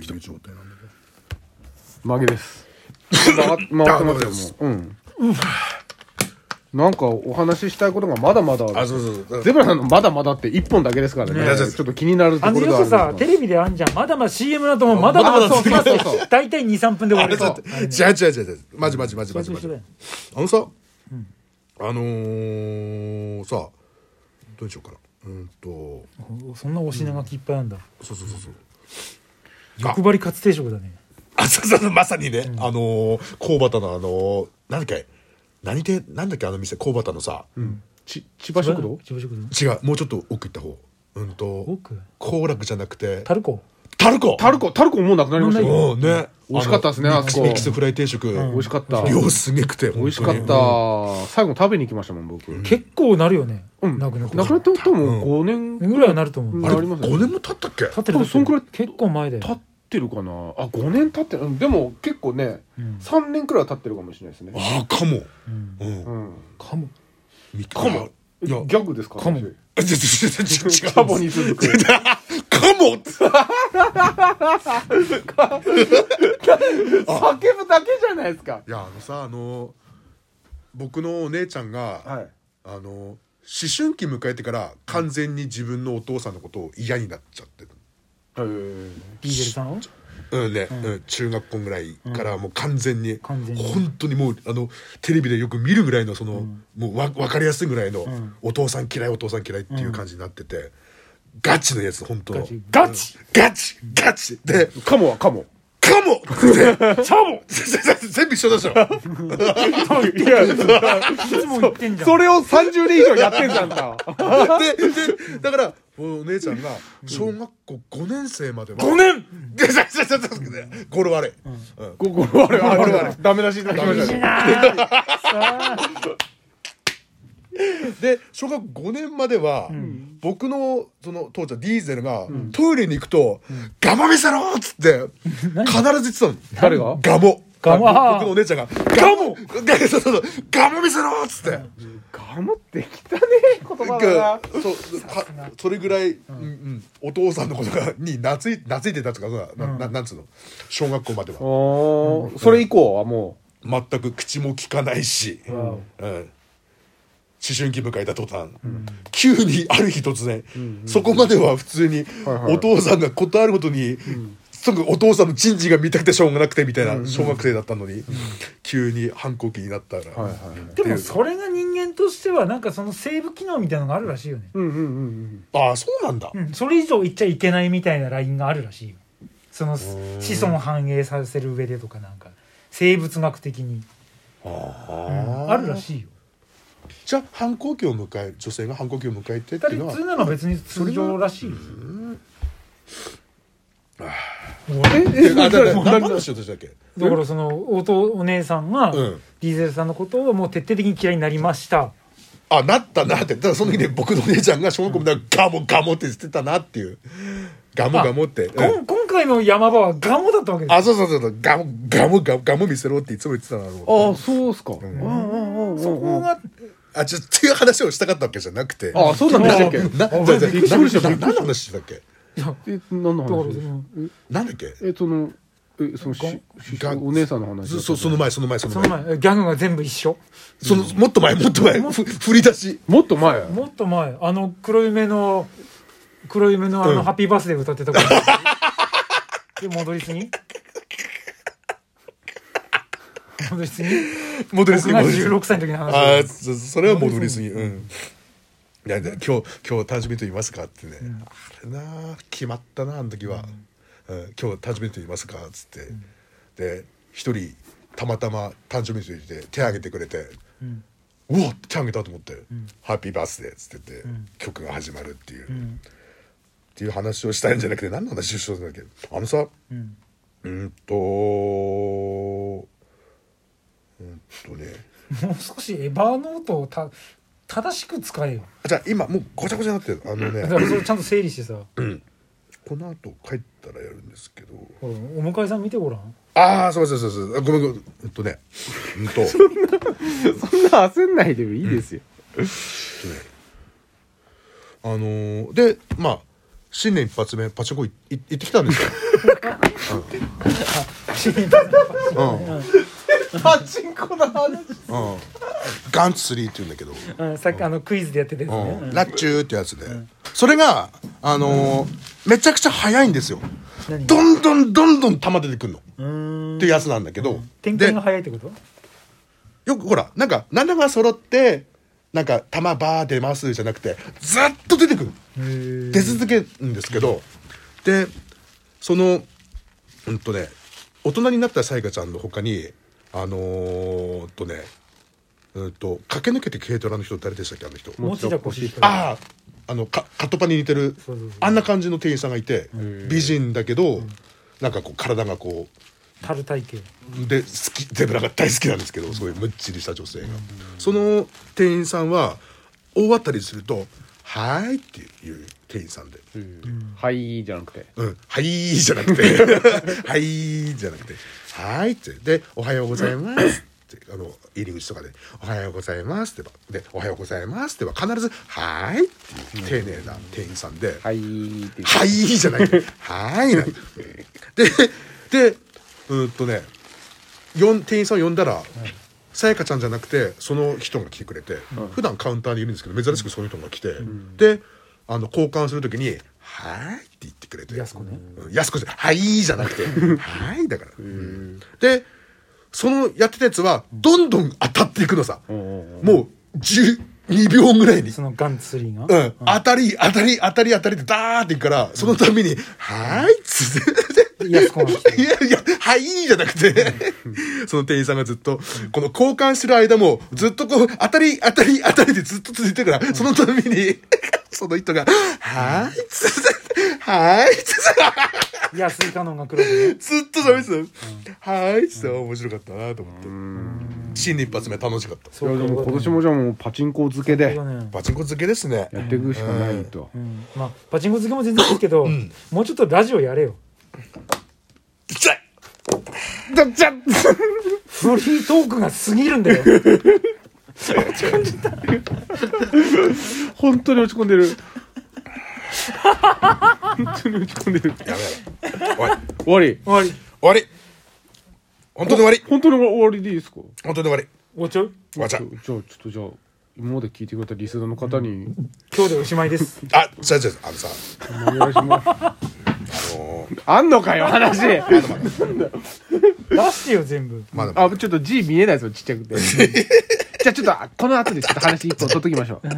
きてる状態なんだけど曲げです。回回ってますよ、もう。うん。なんかお話ししたいことがまだまだあある。そうそうそうゼブラさんのまだまだって一本だけですからね。ねちょっと気になるとあこのろよがあるくんですがさテレビであんじゃんまだまだ CM だと思うまだまだあそうそうそうそう。大体23分で終わありれそだうって違う違う違う違うマジマジマジマジそうマ一緒ジだよあのさ、あのー、さどうしようかなうーんとおそんなお品書きいっぱいなんだそうそうそうそう欲張りカツ定食だねあそうそうそうまさにね、あのー、工場のあのー、なんだっけ何でなんだっけあの店工場のさ、ち千葉食堂千葉食堂違うもうちょっと奥行った方うんと奥行楽じゃなくてタルコタルコタルコ、タルコもうなくなりましたよ。うんね美味しかったですねあのあそこミックスフライ定食、美味しかった。美量すげくて味しかっ本当にた。最後食べに行きましたもん、僕。うん。結構なるよねななくくななっってたことも5年ぐらいはなると思ううんあれありますね5年も経ったっけ立ってる立ってる多分そんくらい結構前だよ経ってるかな。あ、5年経ってる。うんでも結構ね、うん3年くらいは経ってるかもしれないですね。ああかもうんうんうん。かもミックスかもいギやャグですかかも私あちょちょちょちょ違うカモ に続く。かも叫ぶだけじゃないですか。いやあのさあの僕のお姉ちゃんが、はい。あの思春期迎えてから完全に自分のお父さんのことを嫌になっちゃってるえー、ビーゼルさんをうんね、うん中学校ぐらいからもう完全に,、完全に本当にもうあのテレビでよく見るぐらいのその、もうわ分かりやすいぐらいの、んお父さん嫌いお父さん嫌いっていう感じになってて、ガチのやつ本当ガチガチガチガチでカモはカモ。 「かも!」って言ってチャボ 全部一緒でしょいや、いつも言ってんじゃんそれを30年以上やってんじゃんか。ででだからお姉ちゃんが小学校5年生までは5年でそうそうそうそう語呂悪い、うんここ、あれ、あれ、あれ、ダメ出しいただきましたね。で小学5年までは、僕のその父ちゃんディーゼルが、トイレに行くと「ガモ見せろ!」っつって必ず言ってたの誰がガモガモあ僕のお姉ちゃんが「ガモ!」でそうそうそう「ガモ見せろ!」っつって、ガモって汚ねえ言葉だがな。そうかそれぐらい、うんうんお父さんのことがに懐い懐いてたとかな、ななんつうの小学校まではおーそれ以降はも全く口も聞かないし、うん思春期迎えた途端、急にある日突然、そこまでは普通に、はいはいお父さんがことあるごとに、すぐお父さんの人事が見たくてしょうがなくてみたいな小学生だったのに、急に反抗期になったら、はいはいはいってでいうもそれが人間としてはなんかそのセーブ機能みたいのがあるらしいよね、う。うんうんうんああそうなんだ、うん、それ以上言っちゃいけないみたいなラインがあるらしいよその子孫を繁栄させる上でとかなんか生物学的にああるらしいよじゃあ反抗期を迎え女性が反抗期を迎えてってだっいうてのは普通なの別に通常らしいよええあだ からもう何の話しようとしたっけだからそのおとお姉さんがうんディーゼルさんのことをもう徹底的に嫌いになりました、あなったなってただその時ね僕のお姉ちゃんが小学校でガモガモって言ってたなっていうガモガモって、こん今回の山場はガモだったわけですあ、そうそうそうそう、ガム、ガム、ガム、ガム見せろっていつも言ってたな。ああ、そうっすか。うんんうんうんうんうんそこがあ、ちょ、っていう話をしたかったわけじゃなくて。ああ、そうなんでしたっけな、あじゃじゃ、びっくりしたびっ何くりの話してしたたっけえ、何のだから話そのなんだっけえ、その、え、その、ししがお姉さんの話。そそその前、その前、そのその前。前ギャグが全部一緒その、もっと前、もっと前、ふ振り出し。もっと前あもっと前あの黒夢の黒夢のあの、うんハッピーバースデー歌ってたから で戻りすぎ戻りすぎ戻りす僕ぎ、が戻りすぎ16。歳の時のあ話あ、そそれは戻りすぎ。うん。いや、で今日、今日、誕生日と言いますかってね。あれな、決まったな、あの時は。うん、今日、誕生日と言いますかっつって。で、一人、たまたま誕生日と言って、手挙げてくれて。うわっ手挙げたと思って「ハッピーバースデー」っつってて、曲が始まるっていう、っていう話をしたいんじゃなくて何の話をしようとしたんだっけあのさうんんとうんとねもう少しエバーノートをた正しく使えよあじゃあ今もうごちゃごちゃになってるあのだかねらそれちゃんと整理してさ、この後帰ったらやるんですけどほらお迎えさん見てごらんああそうそうそうそうあごめんごめんうんとねうん とそんな焦んないでもいいですよ。あのーでまあ新年一発目パチンコいい行ってきたんですよ、 パチンコの話うん、ガンツ3って言うんだけど、うん、さっきあのクイズでやってたやつね、うんラッチューってやつで、それがあのーめちゃくちゃ速いんですよ何どんどんどんどん球出てくるのっていうやつなんだけど、展で開が早いってことよくほらなんか7が揃ってなんか球バー出ますじゃなくてずっと出てくる出続けるんですけどでそのうんとね大人になったさやかちゃんの他にあのーうんとねうんと駆け抜けて軽トラの人誰でしたっけあの人持田越し人あああのかカットパに似てるそうそうそうあんな感じの店員さんがいて美人だけどなんかこう体がこうタル体型で好きゼブラが大好きなんですけどそういうむっちりした女性が、その店員さんは大当たりすると「はーい」っていう店員さんで「はいじゃなくてうん、はい」じゃなくて 「はい」じゃなくて「はーい」ってで「おはようございます」ってあの入り口とかで「おはようございます」ってばで「おはようございます」ってば必ず「はーい」っていう丁寧な店員さんで、はいって言ってはいじゃない。はいなんで、で、うーんとね、よん店員さんを呼んだら、さやかちゃんじゃなくて、その人が来てくれて、普段カウンターにいるんですけど、珍しくその人が来て、で、あの、交換するときに、はいって言ってくれて。やす子ねうん。やすこじゃ、はいじゃなくて、はいだから。で、そのやってたやつは、どんどん当たっていくのさ。もう、12秒ぐらいに。そのガンツリーが、うん、当たり当たり当たり当たりってダーっていくからそのために「はーい」っつって。いやそこまでいやいや、はい、じゃなくて、その店員さんがずっと、この交換してる間も、ずっとこう、当たり、当たり、当たりでずっと続いてるから、そのために、その人が、はーい、つって、はーい、つって、安いカノンが来るずっと喋ってたの。はーい、つって、面白かったなと思って。新年一発目楽しかった。そういやでも今年もじゃあもうパチンコ漬けでそうだねパチンコ漬けですね。やっていくしかないとうんまあパチンコ漬けも全然いいけど、もうちょっとラジオやれよ痛いフリートークが過ぎるんだよ本当に落ち込んでる本当に落ち込んでるやべやべ。おい、終終わり終わりわり本当に終わり本当に終わりでいいですか本当に終わり終わっちゃう終わっちゃじゃあちょっとじゃあ今まで聞いてくれたリスナーの方に今日でおしまいですあ違う違う違うあのさお願いしますあんのかよ話出してよ全部まだまだあちょっと字見えないですよちっちゃくてじゃあちょっとこの後でちょっと話一本取っときましょう